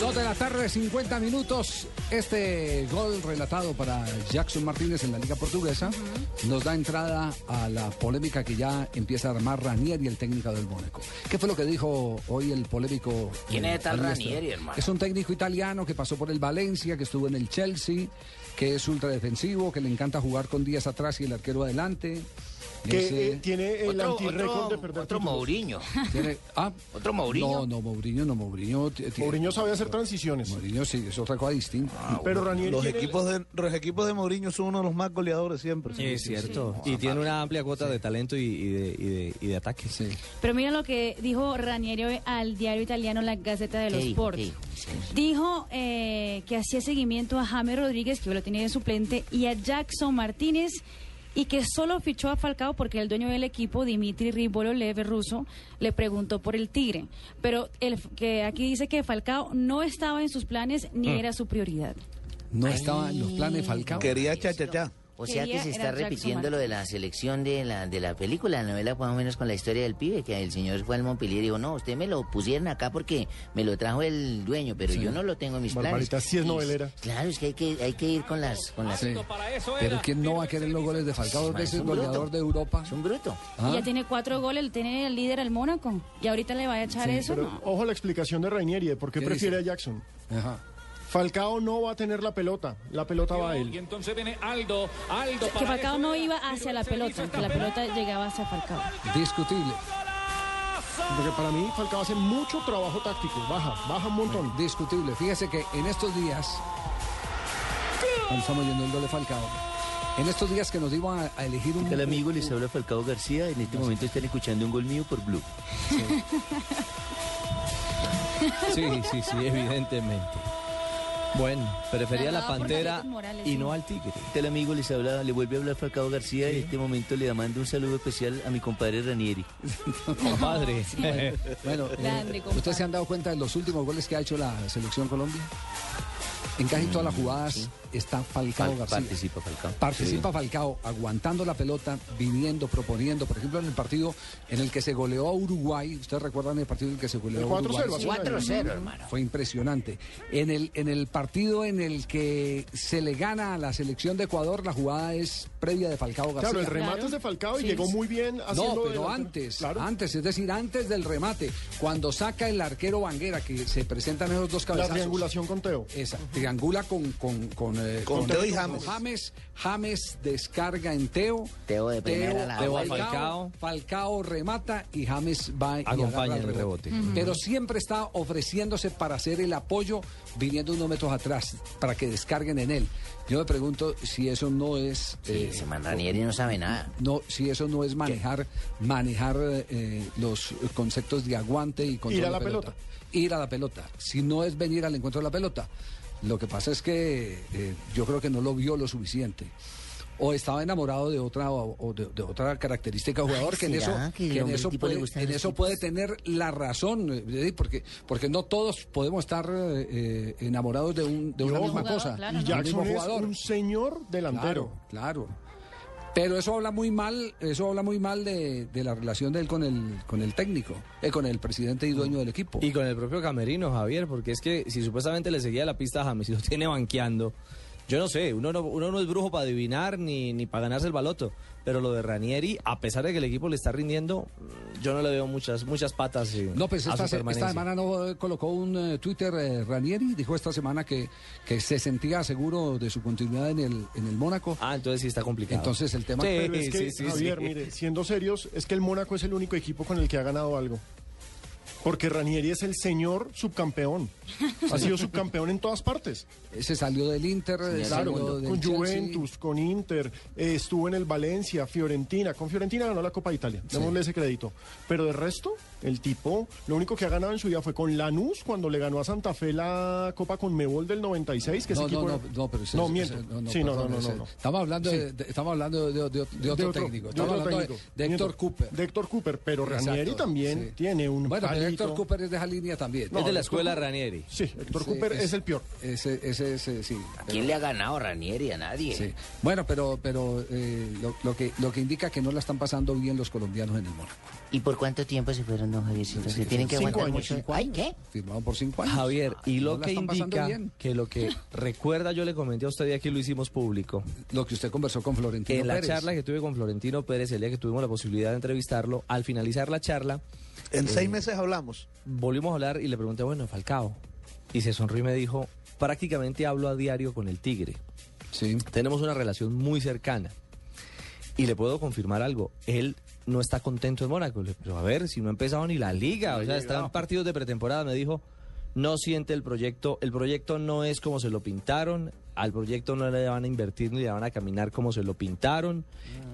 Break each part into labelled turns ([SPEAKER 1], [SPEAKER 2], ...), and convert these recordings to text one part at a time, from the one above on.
[SPEAKER 1] Dos de la tarde, 50 minutos. Este gol relatado para Jackson Martínez en la Liga Portuguesa nos da entrada a la polémica que ya empieza a armar Ranieri, el técnico del Mónaco. ¿Qué fue lo que dijo hoy el polémico?
[SPEAKER 2] ¿Quién es tal
[SPEAKER 1] Ernesto?
[SPEAKER 2] Ranieri, hermano?
[SPEAKER 1] Es un técnico italiano que pasó por el Valencia, que estuvo en el Chelsea, que es ultradefensivo, que le encanta jugar con 10 atrás y el arquero adelante.
[SPEAKER 3] Que
[SPEAKER 1] Es, eh,
[SPEAKER 3] eh, tiene el
[SPEAKER 2] Otro,
[SPEAKER 3] antirrécord de perder
[SPEAKER 2] otro, otro
[SPEAKER 3] títulos.
[SPEAKER 2] Mourinho.
[SPEAKER 1] tiene- ah,
[SPEAKER 2] ¿Otro Mourinho?
[SPEAKER 1] No, no, Mourinho, no, Mourinho. t- tiene-
[SPEAKER 3] Mourinho sabe hacer transiciones.
[SPEAKER 1] Mourinho sí, es otra cosa distinta.
[SPEAKER 3] pero Ranieri
[SPEAKER 4] Los
[SPEAKER 3] tiene-
[SPEAKER 4] equipos, de, los equipos de Mourinho son uno de los más goleadores siempre.
[SPEAKER 5] Es cierto. Y tiene una amplia cuota de talento y, y de, y, de, y de ataque.
[SPEAKER 1] Sí.
[SPEAKER 6] Pero mira lo que dijo Ranieri hoy al diario italiano La Gaceta de
[SPEAKER 2] ¿Qué
[SPEAKER 6] los
[SPEAKER 2] dijo?
[SPEAKER 6] Sport.
[SPEAKER 2] ¿Qué dijo? Sí.
[SPEAKER 6] Dijo eh, que hacía seguimiento a James Rodríguez, que hoy lo tenía de suplente, y a Jackson Martínez, y que solo fichó a Falcao porque el dueño del equipo, Dimitri Ribololev, ruso, le preguntó por el Tigre. Pero el, que aquí dice que Falcao no estaba en sus planes ni era su prioridad.
[SPEAKER 1] No
[SPEAKER 2] Ay.
[SPEAKER 1] estaban los planes de Falcao.
[SPEAKER 4] Quería cha-cha-cha.
[SPEAKER 2] O sea que
[SPEAKER 6] Quería
[SPEAKER 2] se está
[SPEAKER 6] era Jackson
[SPEAKER 2] repitiendo lo de la selección de la, de la película, la novela más o menos con la historia del pibe, que el señor fue al Montpellier y dijo, no, usted me lo pusieron acá porque me lo trajo el dueño, pero yo no lo tengo en mis
[SPEAKER 3] Barbarita
[SPEAKER 2] planes.
[SPEAKER 3] sí es
[SPEAKER 2] Y-
[SPEAKER 3] novelera.
[SPEAKER 2] Claro, es que hay que, hay que ir con las... Con las
[SPEAKER 1] Sí. Pero ¿quién no va a querer los goles de Falcao? Dos
[SPEAKER 2] Es
[SPEAKER 1] veces
[SPEAKER 2] un bruto.
[SPEAKER 1] goleador de Europa.
[SPEAKER 2] Es un bruto.
[SPEAKER 1] Ah.
[SPEAKER 6] Y ya tiene cuatro goles, tiene el líder al Mónaco. Y ahorita le va a echar eso.
[SPEAKER 3] Pero
[SPEAKER 6] no.
[SPEAKER 3] ojo a la explicación de Rainieri de por qué
[SPEAKER 1] ¿Qué
[SPEAKER 3] prefiere
[SPEAKER 1] dice?
[SPEAKER 3] a Jackson.
[SPEAKER 1] Ajá.
[SPEAKER 3] Falcao no va a tener la pelota, la pelota va a
[SPEAKER 7] Y
[SPEAKER 3] él.
[SPEAKER 7] entonces viene Aldo, Aldo
[SPEAKER 6] Que
[SPEAKER 7] para
[SPEAKER 6] Falcao no
[SPEAKER 7] Venezuela,
[SPEAKER 6] iba
[SPEAKER 7] pero
[SPEAKER 6] hacia
[SPEAKER 7] el
[SPEAKER 6] la
[SPEAKER 7] servicio
[SPEAKER 6] pelota,
[SPEAKER 7] está
[SPEAKER 6] que la
[SPEAKER 7] pegado.
[SPEAKER 6] pelota llegaba hacia Falcao.
[SPEAKER 1] Discutible,
[SPEAKER 3] Porque para mí Falcao hace mucho trabajo táctico, baja, baja un montón.
[SPEAKER 1] discutible. Fíjese que en estos días, cuando estamos yendo el gol de Falcao, en estos días que nos iban a, a elegir un...
[SPEAKER 8] ¿Qué tal amigo? Les habla Falcao García. En este momento están escuchando un gol mío por Blue.
[SPEAKER 5] Sí, sí, sí, evidentemente. Bueno, prefería la
[SPEAKER 6] Ganado por
[SPEAKER 5] pantera
[SPEAKER 6] Carlitos Morales,
[SPEAKER 5] y
[SPEAKER 6] sí.
[SPEAKER 5] no al tigre.
[SPEAKER 8] ¿Qué tal amigo? Les habla, le vuelve a hablar Falcao García. En este momento le mando un saludo especial a mi compadre Ranieri.
[SPEAKER 5] Compadre.
[SPEAKER 1] Bueno, eh,
[SPEAKER 6] Grande, compadre.
[SPEAKER 1] ¿ustedes se han dado cuenta de los últimos goles que ha hecho la selección Colombia? En casi todas las jugadas está Falcao
[SPEAKER 8] Mm, Fal-
[SPEAKER 1] García.
[SPEAKER 8] participa Falcao.
[SPEAKER 1] Participa Falcao aguantando la pelota, viniendo, proponiendo. Por ejemplo, en el partido en el que se goleó a Uruguay, ¿ustedes recuerdan el partido en el que se goleó
[SPEAKER 3] El
[SPEAKER 1] a Uruguay?
[SPEAKER 3] 4-0, hace un año.
[SPEAKER 2] 4-0, hermano.
[SPEAKER 1] Fue impresionante. En el, en el partido en el que se le gana a la selección de Ecuador, la jugada es previa de Falcao García.
[SPEAKER 3] Claro, el remate
[SPEAKER 6] Claro.
[SPEAKER 3] es de Falcao y
[SPEAKER 6] Sí,
[SPEAKER 3] llegó
[SPEAKER 6] sí.
[SPEAKER 3] muy bien haciendo
[SPEAKER 1] No, pero
[SPEAKER 3] delantero.
[SPEAKER 1] antes,
[SPEAKER 3] Claro.
[SPEAKER 1] antes, es decir, antes del remate, cuando saca el arquero Vanguera, que se presentan esos dos
[SPEAKER 3] la
[SPEAKER 1] cabezazos.
[SPEAKER 3] triangulación con Teo.
[SPEAKER 1] Esa, triangula con, con, con, eh,
[SPEAKER 4] Con Teo y
[SPEAKER 1] con
[SPEAKER 4] James.
[SPEAKER 1] James. James descarga en Teo.
[SPEAKER 2] Teo de primera la
[SPEAKER 5] Teo a
[SPEAKER 2] vuelta.
[SPEAKER 5] Falcao.
[SPEAKER 1] Falcao remata y James va y
[SPEAKER 5] Acompaña
[SPEAKER 1] agarra
[SPEAKER 5] el rebote.
[SPEAKER 1] Pero siempre está ofreciéndose para hacer el apoyo viniendo unos metros atrás, para que descarguen en él. Yo me pregunto si eso no es...
[SPEAKER 2] Sí,
[SPEAKER 1] eh,
[SPEAKER 2] ese man Ranieri no sabe nada.
[SPEAKER 1] no, si eso no es manejar, manejar eh, los conceptos de aguante y control
[SPEAKER 3] Ir a
[SPEAKER 1] de
[SPEAKER 3] la
[SPEAKER 1] Ir a la pelota. Si no es venir al encuentro de la pelota. Lo que pasa es que eh, yo creo que no lo vio lo suficiente. O estaba enamorado de otra o o de, de otra característica de jugador
[SPEAKER 2] Ay,
[SPEAKER 1] que en eso,
[SPEAKER 2] ¿será que el
[SPEAKER 1] que en
[SPEAKER 2] hombre
[SPEAKER 1] eso,
[SPEAKER 2] tipo le
[SPEAKER 1] puede,
[SPEAKER 2] gustan
[SPEAKER 1] en
[SPEAKER 2] los
[SPEAKER 1] eso
[SPEAKER 2] tipos?
[SPEAKER 1] puede tener la razón, eh, porque, porque no todos podemos estar eh, eh, enamorados de, un, de una
[SPEAKER 3] ojo,
[SPEAKER 1] misma
[SPEAKER 6] jugador,
[SPEAKER 1] cosa.
[SPEAKER 6] claro,
[SPEAKER 1] de
[SPEAKER 3] Y
[SPEAKER 6] ¿no?
[SPEAKER 1] un mismo
[SPEAKER 3] Jackson es
[SPEAKER 1] jugador.
[SPEAKER 3] un señor delantero.
[SPEAKER 1] Claro, claro. Pero eso habla muy mal, eso habla muy mal de, de la relación de él con el, con el técnico, eh, con el presidente y
[SPEAKER 3] Mm.
[SPEAKER 1] dueño del equipo.
[SPEAKER 5] Y con el propio Camerino, Javier, porque es que si supuestamente le seguía la pista a James y lo tiene banqueando, yo no sé, uno no, uno no es brujo para adivinar ni, ni para ganarse el baloto, pero lo de Ranieri, a pesar de que el equipo le está rindiendo, mm, yo no le veo muchas, muchas patas. eh,
[SPEAKER 1] No, pues
[SPEAKER 5] a
[SPEAKER 1] esta,
[SPEAKER 5] su
[SPEAKER 1] se- esta
[SPEAKER 5] permanencia.
[SPEAKER 1] semana no eh, colocó un eh, Twitter eh, Ranieri, dijo esta semana que, que se sentía seguro de su continuidad en el, en el Mónaco.
[SPEAKER 5] Ah, entonces sí está complicado.
[SPEAKER 1] Entonces el tema-
[SPEAKER 5] Sí,
[SPEAKER 3] Pero es que,
[SPEAKER 5] sí, sí,
[SPEAKER 3] Javier,
[SPEAKER 5] sí.
[SPEAKER 3] mire, siendo serios, es que el Mónaco es el único equipo con el que ha ganado algo. Porque Ranieri es el señor subcampeón. Ha sido subcampeón en todas partes.
[SPEAKER 1] Eh, Se salió del Inter, eh,
[SPEAKER 3] Claro,
[SPEAKER 1] salió del
[SPEAKER 3] con
[SPEAKER 1] Chelsea.
[SPEAKER 3] Juventus, con Inter, eh, estuvo en el Valencia, Fiorentina. Con Fiorentina ganó la Copa de Italia, démosle ese crédito. Pero de resto, el tipo, lo único que ha ganado en su vida fue con Lanús cuando le ganó a Santa Fe la Copa con Mebol del 96, que
[SPEAKER 1] No,
[SPEAKER 3] ese
[SPEAKER 1] no,
[SPEAKER 3] equipo
[SPEAKER 1] no,
[SPEAKER 3] era-
[SPEAKER 1] no, pero ese-
[SPEAKER 3] No,
[SPEAKER 1] ese-
[SPEAKER 3] miento.
[SPEAKER 1] no,
[SPEAKER 3] sí, no, no,
[SPEAKER 1] perdón,
[SPEAKER 3] no,
[SPEAKER 1] ese-
[SPEAKER 3] no.
[SPEAKER 1] Estamos hablando, de, de- estamos hablando de, de- de otro
[SPEAKER 3] De
[SPEAKER 1] técnico.
[SPEAKER 3] otro- de
[SPEAKER 1] Estamos
[SPEAKER 3] otro
[SPEAKER 1] hablando de-
[SPEAKER 3] técnico.
[SPEAKER 1] de Héctor
[SPEAKER 3] Miento,
[SPEAKER 1] Cooper.
[SPEAKER 3] De Héctor Cooper, pero
[SPEAKER 1] Exacto,
[SPEAKER 3] Ranieri también
[SPEAKER 1] sí.
[SPEAKER 3] tiene un
[SPEAKER 1] Bueno, pero Héctor Cooper es de esa línea también.
[SPEAKER 5] es de la
[SPEAKER 3] Héctor
[SPEAKER 5] escuela
[SPEAKER 3] Cooper.
[SPEAKER 5] Ranieri.
[SPEAKER 3] Sí, Héctor
[SPEAKER 1] Sí,
[SPEAKER 3] Cooper es el peor.
[SPEAKER 1] Ese, ese, ese, sí.
[SPEAKER 2] ¿A quién le ha ganado Ranieri? A nadie.
[SPEAKER 1] Sí. Bueno, pero, pero eh, lo, lo que, lo que indica que no la están pasando bien los colombianos en el Mónaco.
[SPEAKER 2] ¿Y por cuánto tiempo se fueron, don Javiercito? ¿Se tienen que
[SPEAKER 3] Cinco
[SPEAKER 2] aguantar
[SPEAKER 3] años,
[SPEAKER 2] mucho?
[SPEAKER 3] cinco
[SPEAKER 2] ¿Ay, qué?
[SPEAKER 1] Firmado por cinco años.
[SPEAKER 5] Javier, y
[SPEAKER 1] No
[SPEAKER 5] lo
[SPEAKER 1] la
[SPEAKER 5] que
[SPEAKER 1] están pasando
[SPEAKER 5] indica
[SPEAKER 1] bien.
[SPEAKER 5] que lo que recuerda, yo le comenté a usted y aquí lo hicimos público.
[SPEAKER 1] Lo que usted conversó con Florentino
[SPEAKER 5] En la
[SPEAKER 1] Pérez.
[SPEAKER 5] charla que tuve con Florentino Pérez, el día que tuvimos la posibilidad de entrevistarlo, al finalizar la charla,
[SPEAKER 4] En seis meses hablamos.
[SPEAKER 5] volvimos a hablar y le pregunté, bueno, Falcao. Y se sonrió y me dijo, prácticamente hablo a diario con el Tigre.
[SPEAKER 1] Sí.
[SPEAKER 5] Tenemos una relación muy cercana. Y le puedo confirmar algo, él no está contento en Mónaco. Le dije, Pero a ver, si no ha empezado ni la liga, o sea, está en partidos de pretemporada, me dijo, no siente el proyecto, el proyecto no es como se lo pintaron, al proyecto no le van a invertir ni le van a caminar como se lo pintaron.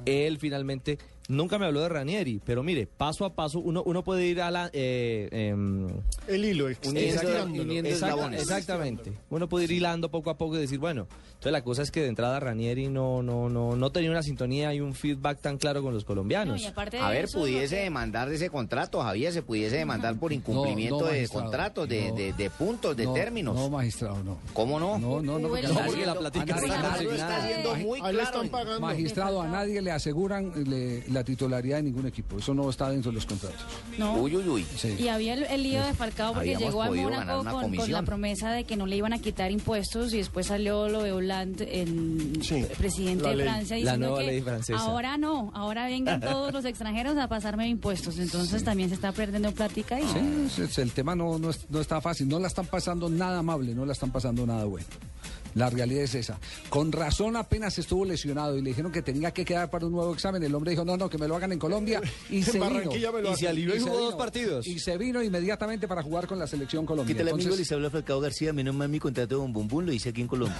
[SPEAKER 5] Él finalmente, nunca me habló de Ranieri, pero mire, paso a paso, uno, uno puede ir a la... eh, em,
[SPEAKER 3] El hilo, ex-
[SPEAKER 4] Eh,
[SPEAKER 5] Uniendo-
[SPEAKER 3] estirándolo.
[SPEAKER 5] uniendo exacta- Exactamente. Uno puede ir hilando poco a poco y decir, bueno, entonces la cosa es que de entrada Ranieri no, no, no, no tenía una sintonía y un feedback tan claro con los
[SPEAKER 6] No,
[SPEAKER 5] colombianos.
[SPEAKER 6] y aparte de
[SPEAKER 2] A ver,
[SPEAKER 6] eso, lo
[SPEAKER 2] pudiese
[SPEAKER 6] que-
[SPEAKER 2] demandar de ese contrato, Javier, se pudiese demandar por incumplimiento
[SPEAKER 1] No, no,
[SPEAKER 2] de
[SPEAKER 1] magistrado.
[SPEAKER 2] contratos, de,
[SPEAKER 1] No.
[SPEAKER 2] de- de puntos, de
[SPEAKER 1] No,
[SPEAKER 2] términos.
[SPEAKER 1] No, magistrado, no.
[SPEAKER 2] ¿Cómo no?
[SPEAKER 1] No, no, no.
[SPEAKER 6] Hubo
[SPEAKER 1] porque
[SPEAKER 6] el-
[SPEAKER 2] Está
[SPEAKER 1] a nadie-
[SPEAKER 2] siendo-
[SPEAKER 5] la platica
[SPEAKER 1] a nadie-
[SPEAKER 5] está
[SPEAKER 1] a nadie-
[SPEAKER 2] Ricardo está
[SPEAKER 5] asignada.
[SPEAKER 2] siendo muy
[SPEAKER 3] Ahí lo
[SPEAKER 2] claro.
[SPEAKER 3] están pagando.
[SPEAKER 1] Magistrado, a nadie le aseguran eh, le- la titularidad de ningún equipo. Eso no está dentro de los contratos.
[SPEAKER 6] No.
[SPEAKER 2] Uy, uy, uy.
[SPEAKER 1] Sí.
[SPEAKER 6] Y había el, el lío de Falcao porque
[SPEAKER 2] Habíamos
[SPEAKER 6] llegó a
[SPEAKER 2] podido ganar
[SPEAKER 6] Mónaco
[SPEAKER 2] una
[SPEAKER 6] con, con la
[SPEAKER 2] comisión.
[SPEAKER 6] promesa de que no le iban a quitar impuestos y después salió lo de Hollande, el
[SPEAKER 3] Sí,
[SPEAKER 6] presidente
[SPEAKER 3] la
[SPEAKER 6] de
[SPEAKER 3] ley.
[SPEAKER 6] Francia,
[SPEAKER 5] La
[SPEAKER 6] diciendo
[SPEAKER 5] nueva
[SPEAKER 6] que
[SPEAKER 5] ley francesa.
[SPEAKER 6] ahora no, ahora vengan todos los extranjeros a pasarme impuestos. Entonces también se está perdiendo plática y
[SPEAKER 1] Sí, es- es- el tema no, no, es- no está fácil, no la están pasando nada amable, no la están pasando nada bueno. La realidad es esa. Con razón apenas estuvo lesionado y le dijeron que tenía que quedar para un nuevo examen. El hombre dijo, no, no, que me lo hagan en Colombia. Y se
[SPEAKER 3] En
[SPEAKER 1] vino.
[SPEAKER 3] Barranquilla me lo
[SPEAKER 5] Y
[SPEAKER 3] hacen.
[SPEAKER 5] se alivió y
[SPEAKER 1] se
[SPEAKER 5] jugó dos
[SPEAKER 1] vino.
[SPEAKER 5] partidos.
[SPEAKER 1] Y se vino inmediatamente para jugar con la selección
[SPEAKER 8] ¿Qué
[SPEAKER 1] colombiana.
[SPEAKER 8] tal, amigo?
[SPEAKER 1] Entonces,
[SPEAKER 8] Les habla Falcao García. Menos mal mi contrato de Bombumbum lo hice aquí en Colombia.